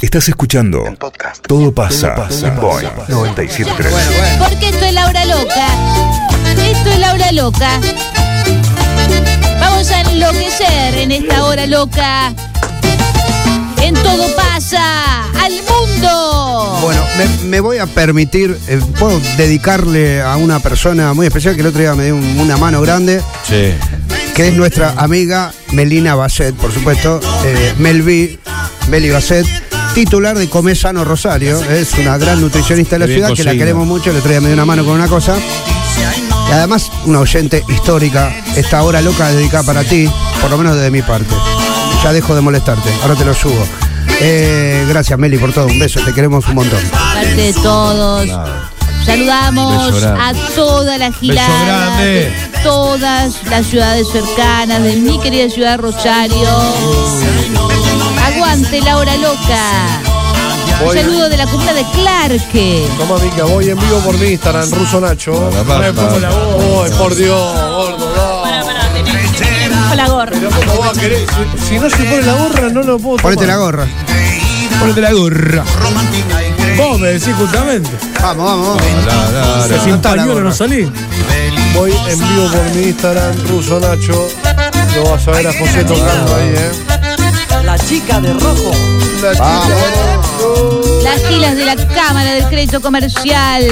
Estás escuchando En podcast. Todo pasa, pasa. en Boeing Pasa. 973. Porque esto es Laura Loca. Esto es Laura Loca. Vamos a enloquecer en esta hora loca. En todo pasa al mundo. Bueno, me, me voy a permitir, eh, puedo dedicarle a una persona muy especial que el otro día me dio un- una mano grande, Sí. que es nuestra amiga Melina Basset, por supuesto, eh, Melvi, Meli Basset, titular de Come Sano Rosario, es una gran nutricionista de la Qué bien ciudad, que la cocina. queremos mucho, el otro día me dio una mano con una cosa. Y además, una oyente histórica, esta hora loca dedicada para ti, por lo menos desde mi parte. Ya dejo de molestarte, ahora te lo subo. Eh, gracias Meli por todo, un beso, te queremos un montón. Parte de todos. Saludamos Beso a grande. toda la gilada grande. de todas las ciudades cercanas de mi querida ciudad Rosario. Aguante Laura Loca. Un Voy- saludo de la comuna de Clarke. Toma, Mica, voy en vivo por mi Instagram, Ruso Nacho. Para, para, para. Ay, por Dios, gordo, no. Pero ¿cómo vas a querer? Si, si no se pone la gorra, no lo puedo Ponete la gorra. Ponete la gorra. Vos me decís justamente. Vamos, vamos, vamos. que sin está la pañuelo gorra. no salí. Voy en vivo por mi Instagram, Ruso Nacho. Lo vas a ver a José tocando ahí, ¿eh? La chica de rojo. Las filas de la Cámara del Crédito Comercial.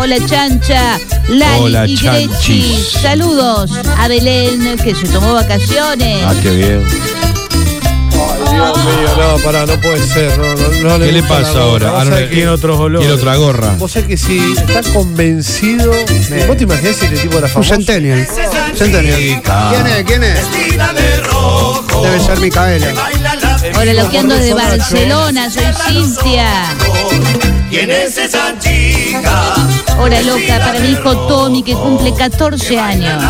Hola Chancha, Lali Hola, y Grechi. Chanchis. Saludos a Belén que se tomó vacaciones. Ah, qué bien. Ay, Dios mío, no, pará, no puede ser. No, no, no ¿Qué le gusta la pasa gorra. ahora? Vos Ahora sabés que- Tiene otros olores. Quiero otra gorra. Vos sabés que si está convencido. ¿Vos te imaginás si este tipo era Un famoso? centennial. Centennial. ¿Quién es? ¿Quién es? Debe ser Micaela. Hola, lo que ando desde Barcelona, soy Cintia. ¿Quién es esa chica? Hola loca, para mi hijo Tommy que cumple 14 años.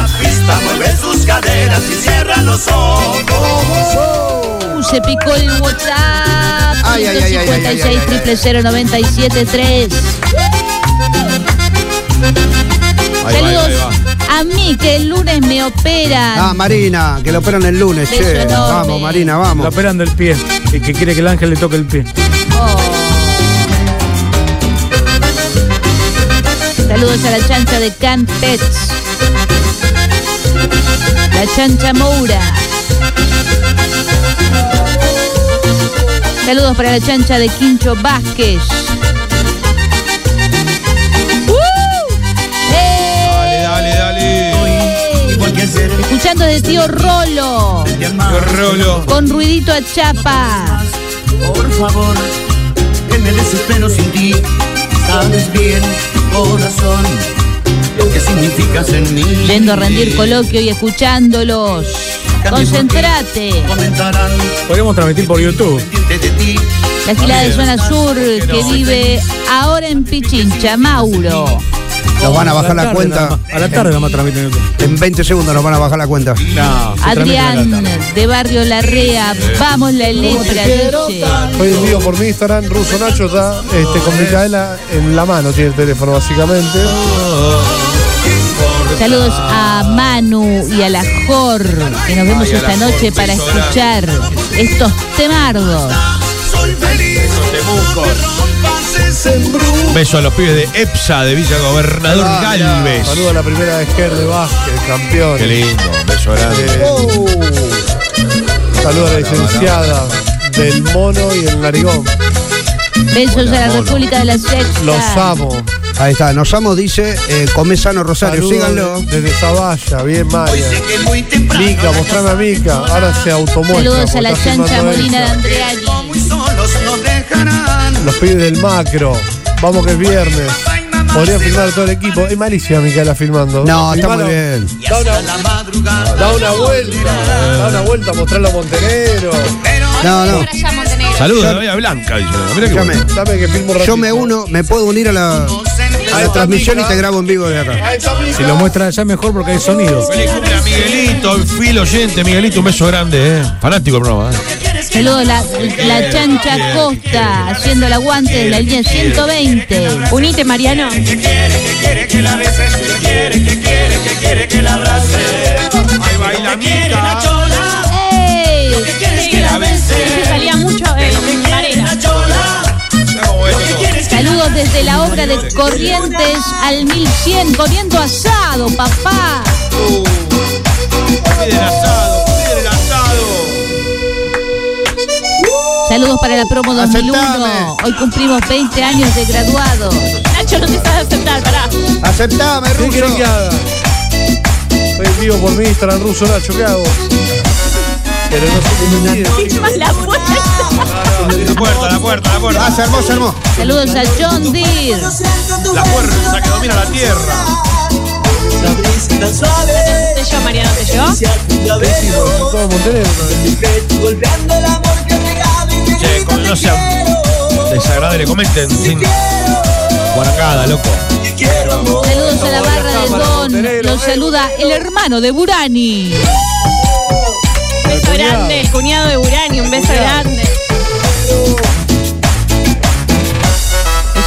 Uh, se picó el WhatsApp. Ay, ay, ay, ay, ay, ay, ay, 156 ay. 00973. Ahí va, ahí va, Saludos ahí va. a mí que el lunes me Ah, operan. Marina, que lo operan el lunes, Beso che. enorme. Vamos, Marina, La vamos. operan del pie. Y que quiere que el ángel le toque el pie. Oh. Saludos a la chancha de Can Pets. La chancha Moura. Saludos para la chancha de Quincho Vázquez. ¡Uh! ¡Eh! Dale, dale. Escuchando de tío Rolo, Yo rolo. con ruidito a chapa. Por favor, que me desespero sin ti. Sabes bien, corazón, lo que significas en mí. Yendo a rendir coloquio y escuchándolos. Concentrate. Comentarán, Podríamos transmitir por YouTube. mentirte de ti. La gilada de zona sur que vive ahora en Pichincha, Mauro. Nos van a bajar tarde la nada cuenta. más. A la tarde nada más transmiten en YouTube. En 20 segundos nos van a bajar la cuenta. No. se transmite a Adrián la tarde. de Barrio Larrea, vamos la letra, leche. Hoy en vivo por mi Instagram, Ruso Nacho está este, con Micaela en la mano, tiene el teléfono básicamente. Saludos a Manu y a la Jor, que nos vemos esta noche para escuchar estos temardos. Beso a los pibes de EPSA de Villa Gobernador Galvez. Saludo a la primera de Ger de Vázquez, campeón. Qué lindo. Beso grande. Oh. Saludo a la licenciada del mono y el narigón. Besos Hola, a la mono. República de la Sexta. Los amo. Ahí está, nos amo, dice eh, Come Sano Rosario. Saludos Síganlo. Desde Zavalla, bien Maya. Mica, mostrame a Mica. Ahora se automuestra. Saludos porque a la está chancha filmando Molina de Elsa. Andreani. Los pibes del macro. Vamos que es viernes. Podría filmar todo el equipo. Es malicia Micaela filmando. No, está Filmalo. muy bien. Da una, da una vuelta. Da una vuelta, mostrarlo a Montenegro. No, no. Saludos a la Bahía Blanca. dice. Mirá qué bueno. Escúchame. Dame que filmo Yo me uno, me puedo unir a la, a la transmisión y te grabo en vivo de acá. Si lo muestran allá mejor porque hay sonido. Feliz cumpleaños a Miguelito, el fiel oyente. Miguelito, un beso grande, eh. Fanático del programa, eh. Saludos a la, la chancha Costa, haciendo el aguante de la línea 120. Unite, Mariano. Ahí baila Mica. ¡Ey! Salía mucho en Varela. de la obra de Corrientes al 1100, comiendo asado, papá. Uh, piden asado, piden el asado. Saludos para la promo 2001. Aceptame. Hoy cumplimos 20 años de graduado. Nacho, no te sabes aceptar, pará. Aceptame, ¿Qué Ruso. querés que haga? Soy en vivo por mi Instagram ruso Nacho, ¿qué hago? Pero no sé qué me pide. Firmas la puerta. La puerta, la puerta, la puerta. Ah, se armó, se armó. Saludos a John Deere. La fuerza que domina la tierra. ¿Te yo, Mariano, te yo? Todo Montenegro. Che, como no sea desagradable, comenten sin guaracada, loco. Saludos a la barra de Don. Los saluda el hermano de Burani. Un beso grande, el cuñado de Urani, un beso grande.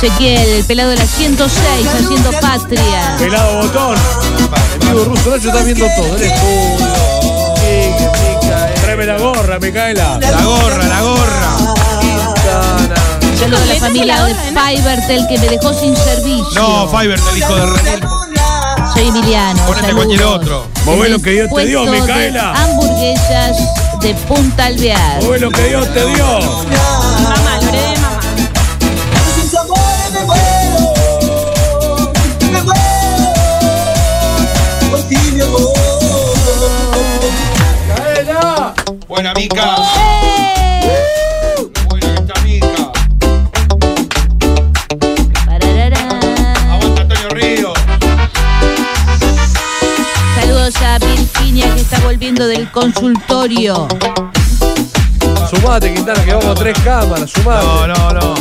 Ezequiel, el pelado de la 106, haciendo patria. Pelado botón. En vivo ruso Nacho está viendo todo. ¿eh? El estudio. Sí, que pica, eh. Tráeme la gorra, Micaela. La gorra, la gorra. Saludos a Esa la es familia la de hora, ¿eh? ¿no? Fivertel que me dejó sin servicio. No, Fiverr, el hijo de René. Soy Emiliano. Ponete saludos. cualquier otro. Move lo que Dios te dio, Puesto de Micaela. Hamburguesas de Punta Alvear. Move lo que Dios te dio. Mamá, Loré de mamá. Buena mica. ¡Eh! Buena esta mica. Pararará. Aguanta Antonio Ríos. Saludos a Virginia que está volviendo del consultorio. Sumate, Quintana, que vamos a tres cámaras. Sumate. No, no, no.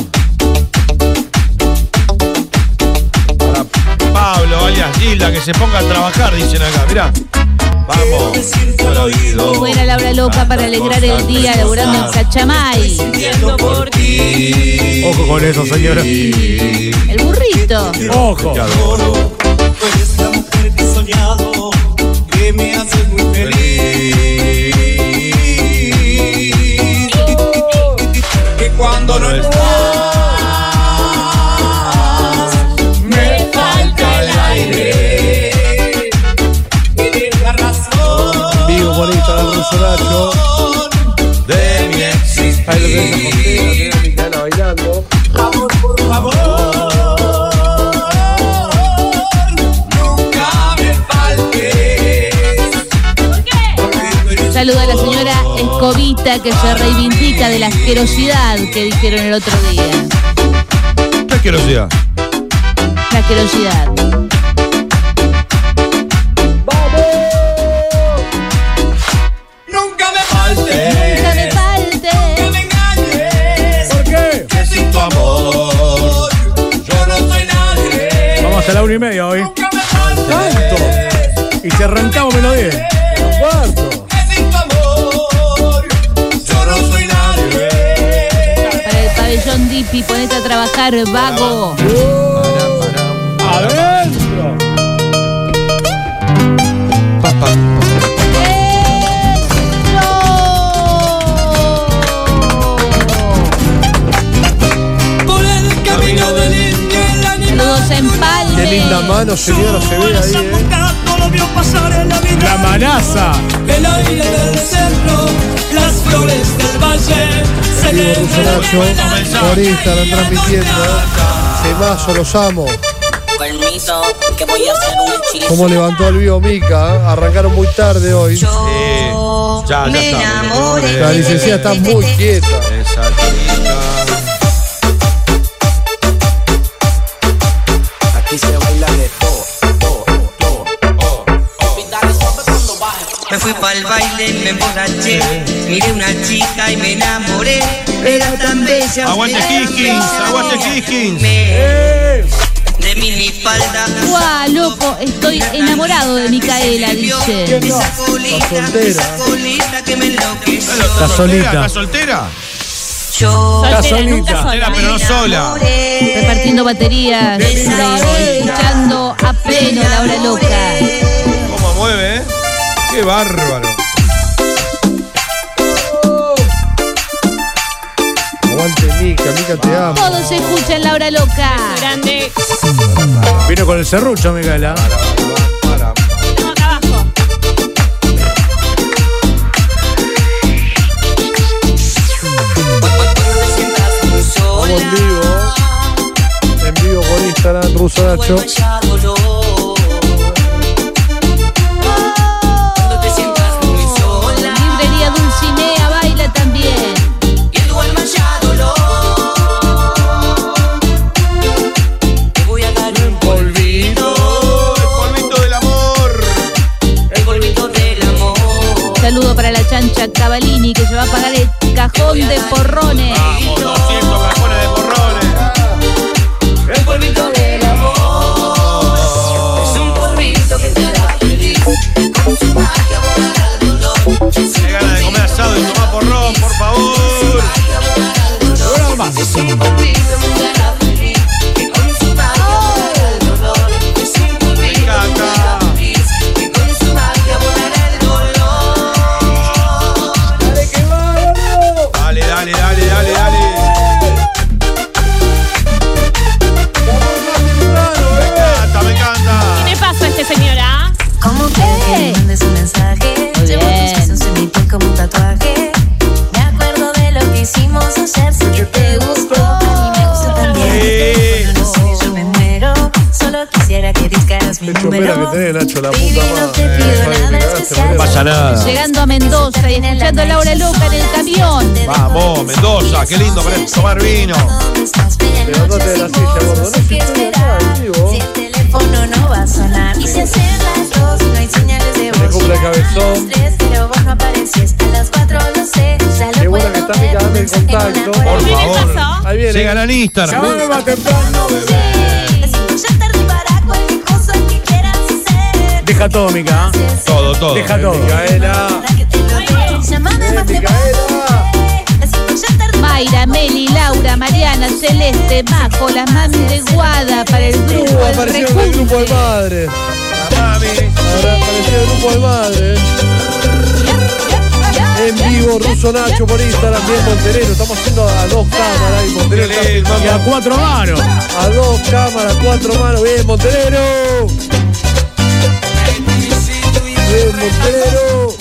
Para Pablo, alias Gilda, que se ponga a trabajar, dicen acá. Mirá. Vamos. Al oído. Buena Laura Loca para alegrar el día laburando en Cachamay. Siento por ti. Ojo con eso, señora. El burrito. Ojo. Tú eres la mujer que he soñado, que me haces muy feliz. Que cuando no estás, me falta el aire. Tienes la razón Vivo por Instagram ruso Nacho. de mi existir. Ahí lo tenés a Montenegro, tenés a Quintana bailando. Amor, por favor, nunca me faltes. Saludo a la señora Escobita que se reivindica de la asquerosidad que dijeron el otro día. ¿Qué asquerosidad? La asquerosidad. Nunca me falte, Nunca me que falte. me engañes, ¿Por qué? que sin tu amor yo no soy nadie. Vamos a la una y media hoy. Nunca me falte, Tanto. Y si arrancamos menos 10. Cuarto. que sin tu amor yo no soy nadie. Para el pabellón Dipi, ponete a trabajar, vago. Adentro. Por el camino del indio el animal Saludos en Palme. Qué linda mano, señora, se ve ahí, eh. Tanto lo vio pasar en la La vida. manaza. El aire del centro, las flores del valle, se le Vivo ruso Nacho. Por Instagram transmitiendo. Semazo, los amo. Permiso, que voy a hacer un chiste. Cómo levantó el vivo Mica. eh. Arrancaron muy tarde hoy. Eh, ya, ya está. La Eh, licenciada está muy quieta. Esa chica. Aquí se baila de todo, todo, todo. Me fui pa'l baile, me emborraché, miré una chica y me enamoré. Era tan bella. Aguante era tan Kiskins, bella. aguante Kiskins. Me- De minifalda. Guau, loco, estoy enamorado de Micaela, dice. Esa colita, esa colita que me enloqueció. Está solita. ¿Está soltera? Yo Soltera, solita. nunca sola. Soltera, pero no sola. enamoré, Repartiendo baterías, eh, escuchando a pleno la hora loca. ¿Cómo mueve, eh? Qué bárbaro. Aguante Mica, amiga, te amo. Todos escuchan la hora loca. Grande. Vino con el serrucho, Micaela. Estamos acá abajo. Estamos en vivo. En vivo por Instagram, Ruso Nacho. Librería Dulcinea baila también. polvito del amor. Saludo para la chancha Cavalini que se va a pagar el cajón de porrones. Vamos, 200 cajones de porrones. Qué ganas de comer asado y tomar porrón, por favor. Me encanta. Dale, dale, dale, dale, dale. Me encanta, me encanta. ¿Qué le pasó a este señor, ah? Como que Eh. me mandes un mensaje. Muy Llevo bien. tus besos en mi piel como un tatuaje. Me acuerdo de lo que hicimos ayer. Sé que te gustó. A mí me gusta Sí. también. No sé, yo me muero. Solo quisiera que discaras mi Qué chopera número. que tenés, Nacho, la Baby, puta no madre. te pido Ay, nada me cagaste, especial. boludo. Pasa nada. Llegando a Mendoza y escuchando la hora loca en el camión. Vamos, Mendoza, qué lindo para tomar vino. Levantate de la silla, gordo. No sé qué esperar, vivo. Si el teléfono no va a sonar Y si hacen las dos no hay señales de Me voz cumple el Llegaron cabezón. las tres, pero vos no apareces A las cuatro lo sé, ya Qué lo bueno que está puedo ver Micaela en Mensaje en una contacto. hora. Por ¿Qué le favor. pasó? Ahí viene. Llegan al Instagram. va temprano, Así que ya tarde para cualquier cosa que quieras hacer Deja todo, Mica. ¿ah? Todo, todo. Deja todo. eh, Micaela. Para que te lo diga, llamame más temprano Así que ya tarde Mayra, Meli, Laura, Mariana, Celeste, Majo, las mami de Guada para el grupo. El Apareció el grupo de rejunte. madres. Mami. Habrá aparecido el grupo de madres. En vivo, Ruso Nacho por Instagram, bien Monterero. Estamos haciendo a dos cámaras y Monterero. Qué está- lindo. Y a cuatro manos. A dos cámaras, cuatro manos. Bien Monterero. Bien Monterero.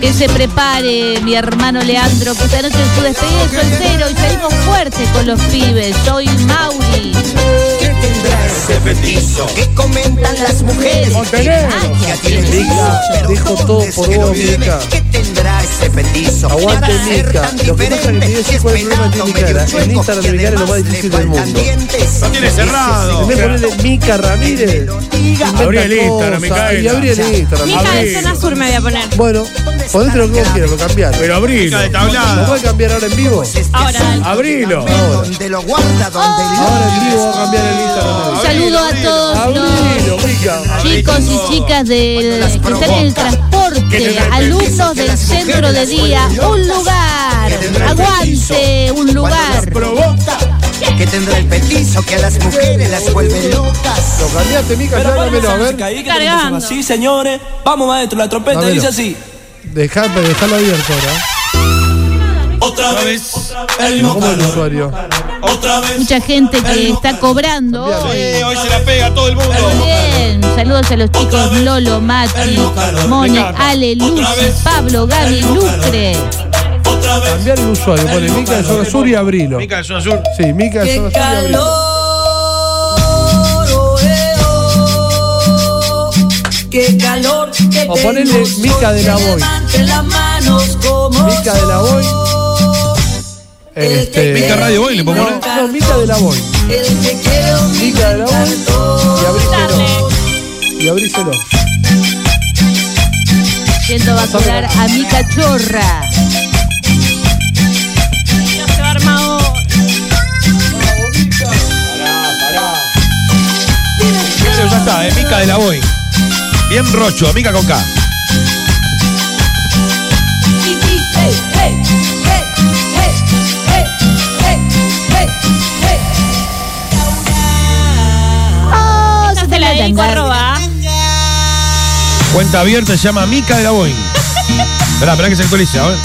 Que se prepare mi hermano Leandro, que esta noche en su despedida de soltero y salimos fuerte con los pibes. Soy Mauri. Montenegro. Mica, dejo todo por vos, Mica. Aguante, Mica. Lo que pasa es que mi es cuál es el problema que tiene Mica. era, En Instagram de Mica es lo más difícil del mundo. Lo tiene cerrado. Tenés que ponerle Mica Ramírez. Abrí el Inventa Instagram, cosas. Micaela. Y abrí el Instagram. Mica Abrí. de zona sur me voy a poner. Bueno, ponete lo que vos quieras, lo cambiás. Pero abrilo. Deja de ¿Lo tablada. puedes cambiar ahora en vivo? Ahora, Oh, dale. Abrilo. Donde lo guarda, donde Ahora en vivo va a cambiar el Instagram. Un saludo a todos los Abrilo, Mica. chicos y chicas del, que están en el transporte, alumnos del centro de día. Un lugar. Aguante, un lugar. Que tendrá el petizo que a las mujeres las vuelve locas. Lo cambiaste, Mica, ya dámelo, a ver. que Cargando. tenemos así, Sí, señores. Vamos, maestro, la trompeta Dámelo. dice dice así. Dejame, dejalo abierto ahora. Otra Otra vez, vez. el mismo ¿Cómo es el calor. usuario? Otra vez, Mucha gente que está cobrando hoy. Sí, hoy se la pega a todo el Muy mundo. Bien, saludos a los chicos Lolo, Mati, Moni, Ale, Lucy, Pablo, Gaby, Lucre. otra vez. Cambiar el usuario, pone Mica de Zona Sur y abrilo. Mica de Zona Sur. Sí, Mica de Zona Sur y abrilo. Qué calor que O ponele Mica de la Boy. las manos como Mica de la Boy. Este, Mica Radio Boy, le no, podemos poner. no, Mica de la Boy. el que quiero Mica de la Boy. Y abríselo. Y abríselo. Yendo a vacunar a mi cachorra. Dios, se va armado. Pero ya está, eh, Mica de la Boy. Bien rocho, eh. Mica con K. Oh, Esta se la dedico a Roba. Cuenta abierta se llama Mica de la Boy. Esperá, esperá que se actualice, a ver.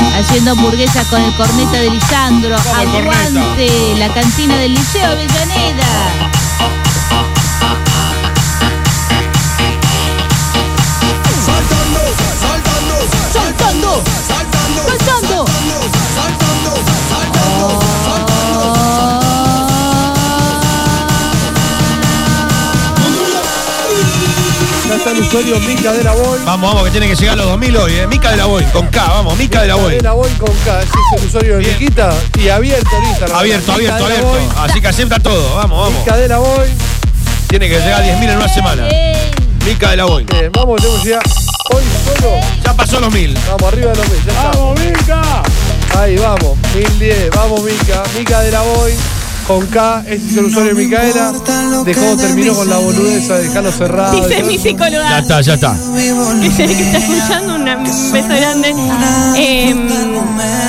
A haciendo hamburguesas con el corneta de Lisandro. el corneta? Aguante la cantina del Liceo Avellaneda. Saltando, saltando, saltando, saltando, saltando, saltando, saltando, Ya está el usuario Mica de la Boy. Vamos, vamos, que tiene que llegar a los 2000 hoy, ¿eh? Mica de la Boy, con K, vamos, Mica de la Boy. De la Boy con K, ese es el usuario de Miquita. Y abierto en Instagram. Abierto, Mica abierto, de abierto. la Boy, Así que acepta todo, vamos, Mica vamos. de la Boy. Tiene que llegar a 10.000 en una semana. Mica de la Boy. Bien, vamos, tenemos ya hoy solo. Ya pasó los 1000. Vamos arriba de los mil, ya está. ¡Vamos, Mica! Ahí vamos, 1010, vamos Mica, Mica de la Boy, con K, este es el usuario de Micaela, dejó, terminó con la boludeza, de dejarlo cerrado. y Dice todo mi eso. Ya psicóloga. está, ya está. Dice que está escuchando una- un beso grande. Eh,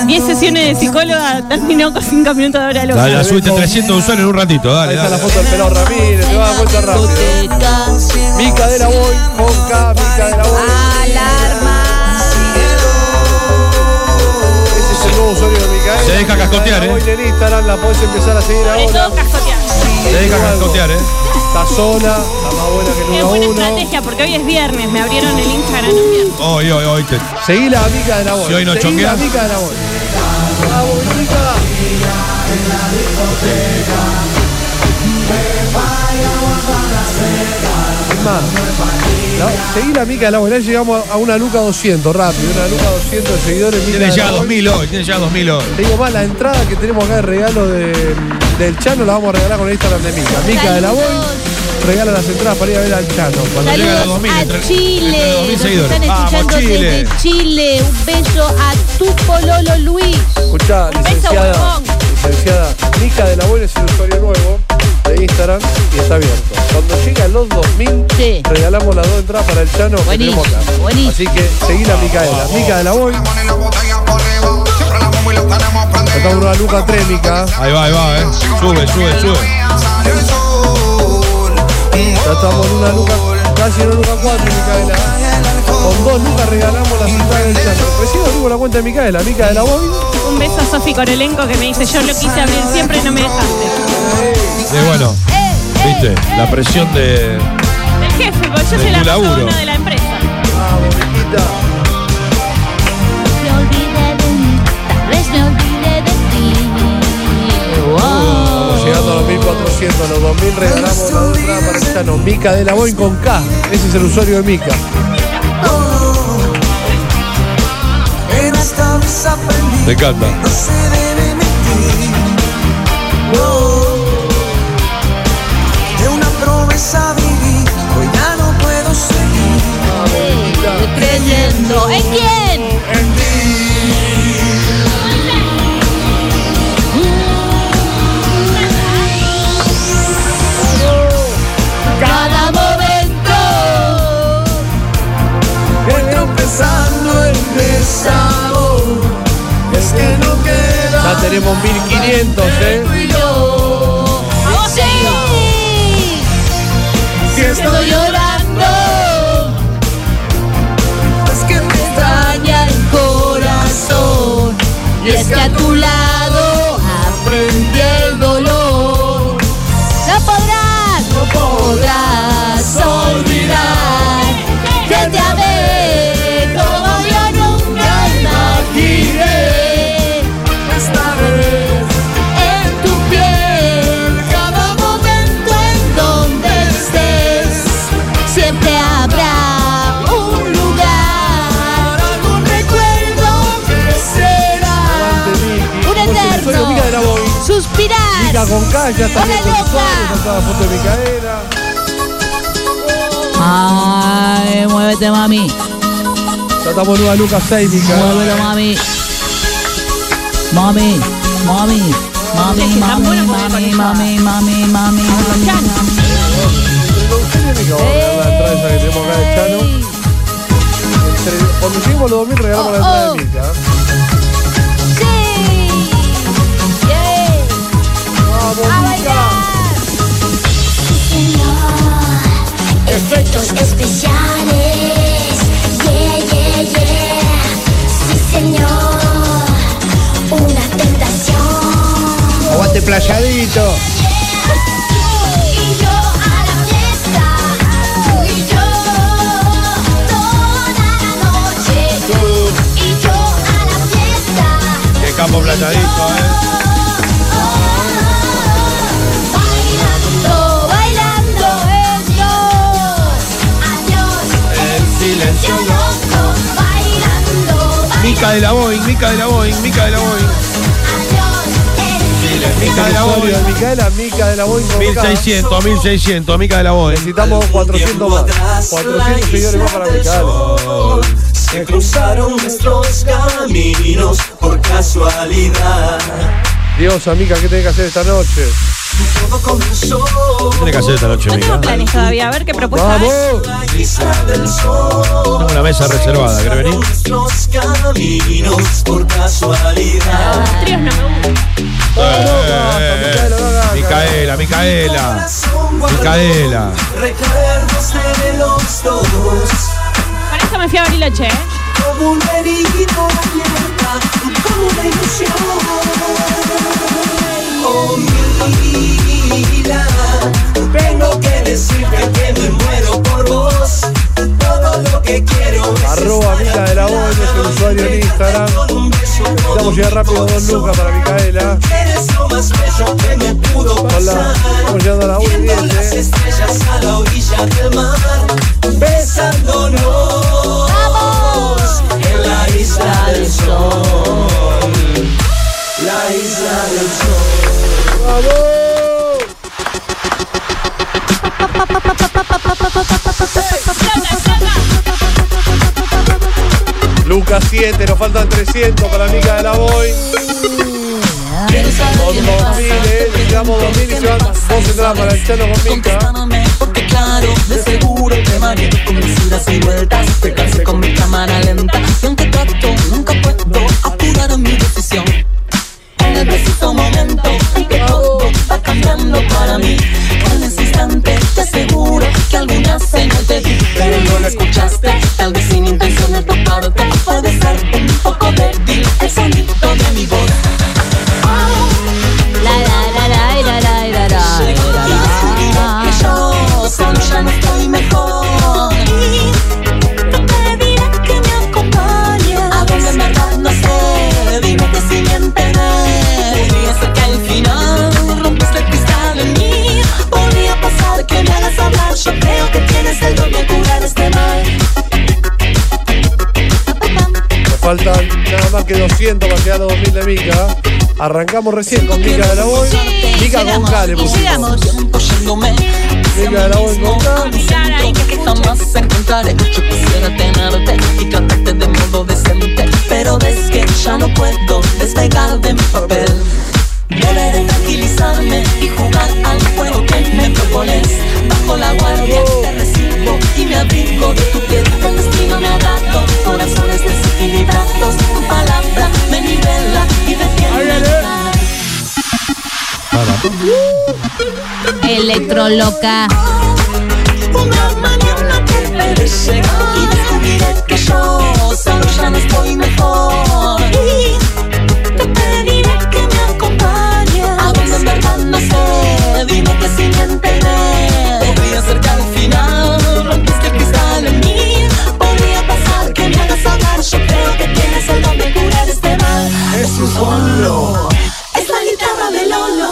10 sesiones de psicóloga terminó con 5 minutos de hora loca. Dale, subiste 300 usuarios en un ratito, Ahí dale, está la dale. foto del pelado Ramírez, te vas a dar cuenta rápido. Mica de la Boy, con K, Mica de la Boy. Ese es el nuevo usuario de Micaela. Se deja cascotear, Micaela eh. Boy en Instagram, la podés empezar a seguir Sobre ahora. todo cascoteando. Te deja cascotear, eh. Está sola, está más buena que Es el buena 1 a 1. estrategia porque hoy es viernes. Me abrieron el Instagram un viernes. Hoy, hoy, hoy. te- Seguí la Mica de la Boy. Si hoy no seguí choquea. la Mica de la Boy. Vamos, Mica. Es más, la- Seguí la mica de la Boy. Llegamos a una Luca 200, rápido. Una Luca 200 de seguidores. Mica Tiene de la ya Boy. 2000 hoy, tiene ya 2000 hoy. Te digo más, la entrada que tenemos acá de regalo de- del Chano la vamos a regalar con el Instagram de Mica. Mica de la Boy regala las entradas para ir a ver al Chano. Cuando Salud. llegue. llega a los Saludos 2000, a entre- entre Chile, los 2000 nos seguidores. están Vamos, escuchando Chile. desde Chile. Un beso a tu pololo Luis. Escuchá, Un beso, licenciada, huevón. licenciada, Mica de la Boy es el usuario nuevo de Instagram y está abierto. Cuando llega a los 2000, Sí. regalamos las dos entradas para el Chano que Buenísimo, tenemos acá. buenísimo. Así que seguí la Micaela. Mica de la Boy. Acá una Luca 3, Mica. Ahí va, ahí va, eh. Sube, sube, sube. Ya estamos en una Luca, casi en una Luca 4, Micaela. Con dos Lucas regalamos las entradas del Chano. Recién abrimos la cuenta de Micaela, Mica de la Boy. Un beso a Sofi Corelenco que me dice yo lo quise abrir siempre y no me dejaste. Y bueno, viste, la presión de. El jefe, porque yo De soy la tu más laburo. de la empresa. Vamos, Miquita. Me olvidé de mí, tal vez me olvidé de ti. Estamos llegando a los 1400, a los 2000 regalamos la entrada para el Chano. Mica de la Boin con K. Ese es el usuario de Mica. Te encanta. Creyendo. ¿En quién? Cada momento. Ya tenemos 1500, ¿eh? yo. Sí. Si estoy llorando, es que me extraña el corazón. Y es que a tu lado aprendí el dolor. No podrás, no podrás olvidar que te amé como yo nunca imaginé. En tu piel, cada momento en donde estés, siempre habrá un lugar, algún recuerdo que será un El usuario Mica de la eterno Boin. Mica suspirar. con K, ya está Hola, abierto el Luca. usuario, ya está la foto de Micaela. Ay, muévete mami, Ya estamos en una Lucas 6, Mica. muévete mami. Mami, mami, mami, Es que está mami, bueno porque mami, es mami, mami, mami, mami. Vamos a regalar la entrada esa que tenemos acá de Chano. Entre- Cuando lleguemos a los 2000 regalamos la Oh, entrada oh. de Mica. Sí. Yeah. A bailar. Efectos especiales, yeah, yeah, yeah, sí señor. Explayadito. Qué capo platadito, ¿eh? bailando El silencio loco, bailando, Mica de la Boeing, Mica de la Boeing, Mica de la Boeing. Mica de la Boeing. Micaela, Mica de la Boeing. 1600, 1600, Mica de la ¿eh? Boeing. Necesitamos 400 más. 400 seguidores más para Micaela. Se cruzaron nuestros caminos por casualidad. Dios, amiga, ¿qué tenés que hacer esta noche? Todo comenzó. Tiene que hacer esta noche, No tengo Mica. planes todavía, a ver qué Pues propuesta hay. ¡Vamos! Brisa del sol. Tengo una mesa reservada, ¿querés venir? Nuestros caminos por casualidad. Los tríos no me gustan. Eh, Micaela, Ah, Micaela. Micaela. Recuerdos de los dos. Con eso me fui a Bariloche, ¿eh? Como una herida abierta, como una ilusión. Oh, Mila, tengo que decirte que me muero por vos. Todo lo que quiero es Arroba estar Mica de la Boeing, es el usuario en Instagram. con un beso, con Necesitamos un llegar rápido a dos corazón. lucas para Micaela. Eres lo más bello que me pudo Hola, pasar. estamos llegando a la 1 y Viendo 10, las eh. estrellas a la orilla del mar, besándonos en la isla del sol. La isla del sol. Lucas 7, nos faltan 300 para Mica de la Boeing. Con 2000, eh. Necesitamos 2000 y se van dos entradas para el Chano con Mica. Perdóname, porque claro, de seguro te mareé con mis idas y vueltas. Te cansé con mi cámara lenta. Y aunque trato, nunca puedo apurar mi decisión. En el preciso momento en que todo va cambiando para mí. En ese instante te aseguro que alguna señal te di, pero no la escuchaste. Tal vez sin intención de tocarte. Puede ser un poco de ti, el sonido de mi voz. La, la, la, la, la, la, la, la, la, la, la. Que yo solo ya no estoy mejor. Te diré que me acompañes. A dónde en verdad no sé. Dime que si me enteré. Podría ser que al final rompiste el cristal en mí. Podría pasar que me hagas hablar. Yo creo que tienes el don de curar este mal. Nos faltan nada más que 200 para llegar a los 2000 de Mica. Arrancamos recién con Mica de la Boeing. Mica con K le pusimos. Llegamos. Tiempo yéndome. Mica de la Boeing con K. que jamás encontraré. Yo quisiera tenerte y tratarte de modo decente, pero ves que ya no puedo despegar de mi papel. Deberé tranquilizarme y jugar al juego que me propones. Bajo la guardia te recibo y me abrigo de tu piel. El destino me ha dado corazones desequilibrados. Tu palabra me nivela y defiende. Electroloca. Una mañana que me llegue y descubriré que yo solo ya no estoy mejor. Y te pediré que me acompañes. A dónde en verdad no sé, dime que si me enteré. Podría ser que al final rompiste el cristal en mí. Podría pasar que me hagas hablar. Yo creo que tienes el don de curar este mal. Eso es solo. Es la guitarra de Lolo.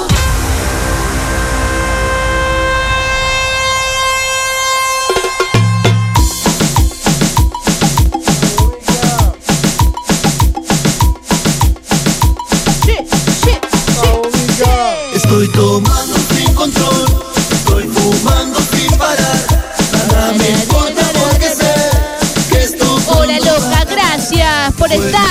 Vamos, Mica. Estoy tomando sin control, estoy fumando sin parar. Nada me importa porque sé que esto Hola loca, gracias por estar.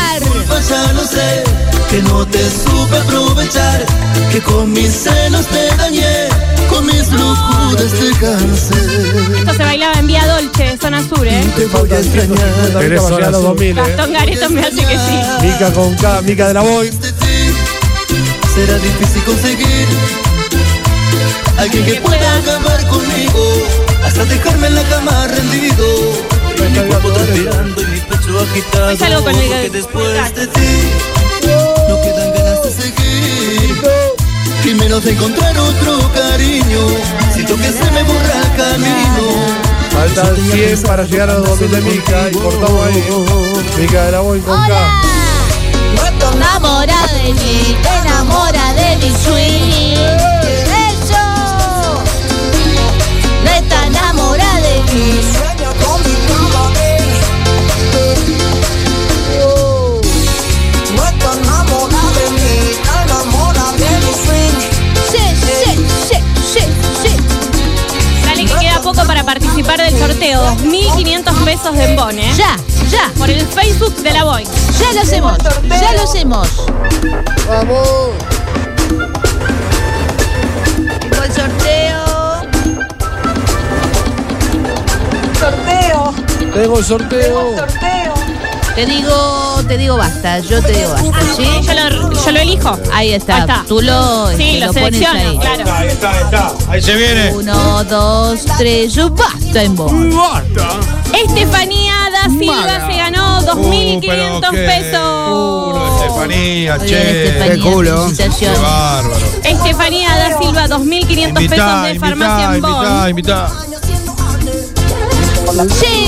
ya lo sé, que no te supe aprovechar, que con mis senos te dañé, con mis locuras te cansé. Esto se bailaba en Vía Dolce, zona sur, ¿eh? Te voy a extrañar. Mica para llegar a los 2000, eh. Gastón Gareto me hace que sí. Mica con K, Mica de la Boeing. de ti, Será difícil conseguir alguien que pueda acabar conmigo, hasta dejarme en la cama rendido. Y mi cuerpo transpirando y mi pecho agitado. Pues algo con el- porque después de ti no quedan ganas de seguir. Y me deseos de encontrar otro cariño. Siento que se me borra el camino. Faltan 100 para llegar a los 2000 de Mica y cortamos ahí. Mica de la Boy con K. Enamora de ti, te enamora de mi swing. Eso. No está enamorada de ti. Sueño con mi No está enamorada de mí, está enamorada de mi swing. Sí, sí, sí, sí, sí. Dale que queda poco para participar del sorteo. 2.500 pesos de embone. ¿eh? Ya, ya. Por el Facebook de la Boy. Ya lo hacemos, ya lo hacemos. Vamos. Llegó el sorteo. Tengo Sorteo, el sorteo. sorteo. Te digo, te digo basta, yo te digo basta, ¿sí? Ah, Yo lo, yo lo elijo. Ahí está, Ahí está. tú lo, Sí, este, lo pones selecciono, ahí. claro. Ahí está, ahí está. Ahí se viene. Uno, dos, tres, yo basta en vos. Basta. Estefanía da Silva Maga. se ganó 2.500 Uh, pero qué pesos. Culo, Estefanía, Muy bien, che. Estefanía, Qué culo. Qué felicitaciones. bárbaro. Estefanía da Silva, 2.500 pesos Invitá, de farmacia invitá, en invitá, Bonn. invitá. Sí.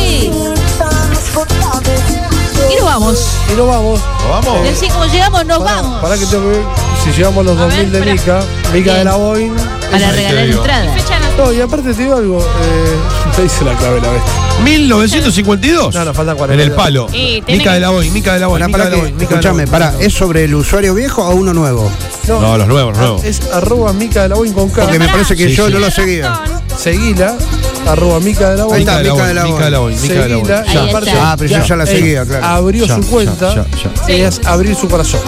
Y nos vamos. Y nos vamos. ¿Nos vamos? Así como llegamos, nos vamos. Para que tengo que ver si llegamos a los A ver, 2000 de pará. Mica. Mica de Bien. la Boy. Para Ahí te regalar digo. entrada. Fecha de nacimiento. No, y aparte te digo algo. Eh, te hice la clave la vez. 1952. No, nos faltan En 40. el palo. Y tiene Mica que- de la Boy, Mica de la Boy, Pará, Mica Ah, pará de la que- Boy, Mica de la escuchame, Boy. pará, ¿es sobre el usuario viejo o uno nuevo? No, los nuevos, los nuevos. Ah, Es arroba Mica de la Boy con K. Porque me pará. parece que Sí, yo sí. no lo seguía. Seguila. Arroba Mica de la Ahí Boy. está, Mica de la Mica Boy, de la Mica de la Boy, Mica de la Boy. Seguila. Ya, Y aparte, Ah, pero yo ya la eh, seguía, claro. Abrió Ya, su ya, cuenta. ya, ya. Es abrir su corazón.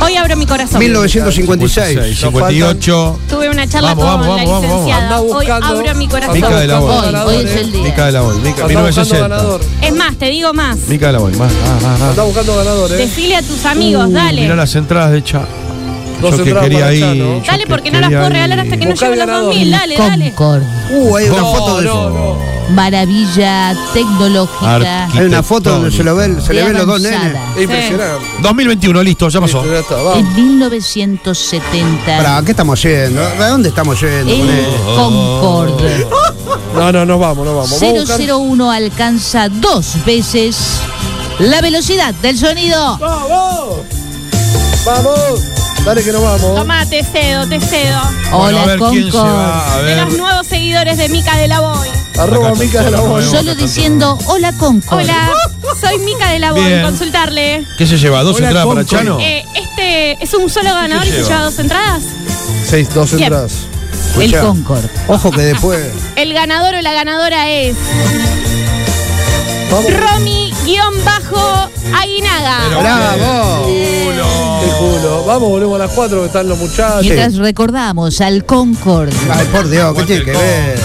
Hoy abro mi corazón. 56, 1956. 58. Tuve una charla Vamos, con vamos, la vamos, vamos. licenciada. Andá Hoy buscando- abro mi corazón. Mica de la buscando Hoy, Boy. hoy es ganadores. el día. Mica de la Boy, Mica, Andá buscando 1960. ganador. Es más, te digo más. Mica de la Boy, más. Ah, ah, ah. Andá buscando eh. ganadores. Desfile a tus amigos, Uh, Mirá dale. las entradas de Cha. Dos Yo que entradas quería para Cha, ir. ¿no? yo Dale, que porque no las quería puedo ir. regalar hasta que no Buscá llegue a el los ganador. 2000. Dale, dale. Concord. Uh, hay una No, foto de no, eso. no. Maravilla tecnológica. Arqui- Hay una foto donde se, lo ven, se de le ven los dos avanzada. nenes. Es Impresionante. 2021, listo, ya pasó. Listo, ya está, vamos. En 1970. Pará, ¿qué estamos yendo? ¿A dónde estamos yendo? con El esto? Concorde No, no, nos vamos, nos vamos. Vamos a buscar- 001 alcanza dos veces la velocidad del sonido. ¡Vamos! ¡Vamos! Dale que nos vamos. Tomá, te cedo, te cedo. Bueno, a Hola ver quién se Concorde va. A De ver. los nuevos seguidores de Mica de la Boy. Arroba Acá Mica de la está, Boy. nuevo. Solo diciendo hola Concorde Hola, soy Mica de la Boy. Bien. Consultarle. ¿Qué se lleva? ¿Dos Hola, entradas para Concord. Chano? Eh, este es un solo ganador y se lleva? lleva dos entradas. Seis, dos Bien. entradas. El Escuchá, Concorde Ojo que después. El ganador o la ganadora es Vamos. Romy-Aguinaga. ¡Bravo! Qué culo. Vamos, volvemos a las cuatro que están los muchachos. Mientras recordamos al Concorde Ay, por Dios, ¿qué tiene que ver?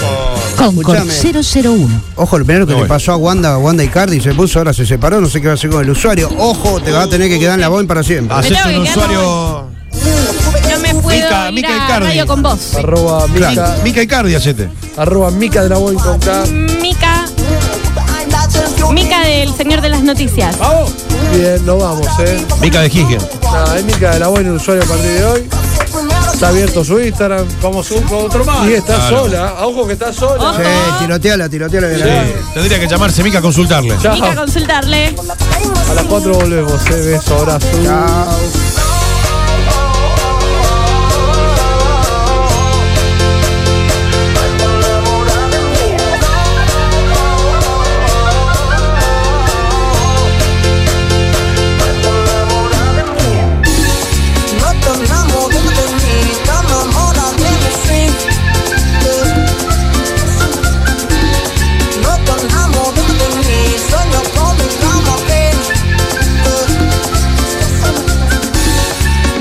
Concorde Escuchame. 001. Ojo, lo primero que No, le bueno. pasó a Wanda, Wanda Icardi se puso, ahora se separó, no sé qué va a hacer con el usuario. Ojo, te va a tener que quedar en la boina para siempre. Ah, Hacete tengo un que quedar usuario. No me puedo Mica, ir Mica a Icardi. radio con vos. Arroba Mica, Claro, Mica Icardi, hacete. arroba Mica de la Boy con K. Mica. Mica del Señor de las Noticias. ¡Vamos! Bien, nos vamos, eh. Mica de Higgins. Nada, es Mica de la Boy, el usuario a partir de hoy. Está abierto su Instagram. Como su con otro más. Y está Claro. sola. Ojo que está sola. Ojo. Sí, Eh, tiroteala, tiroteala. de la Sí, Tendría que llamarse Mica a consultarle. Chao. Mica, consultarle. A las cuatro volvemos, eh. Beso, abrazo. Chao. No te enamores de mí, te enamoras de mi swing. No te enamores de mí, sueño con mi tamborín.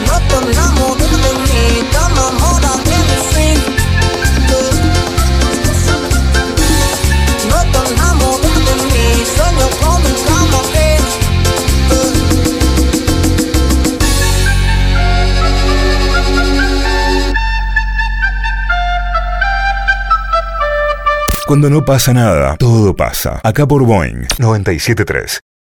No te enamores de mí, te enamoras de mi swing. No te enamores de mí, sueño con mi tamborín. Cuando no pasa nada, todo pasa. Acá por Boeing 973.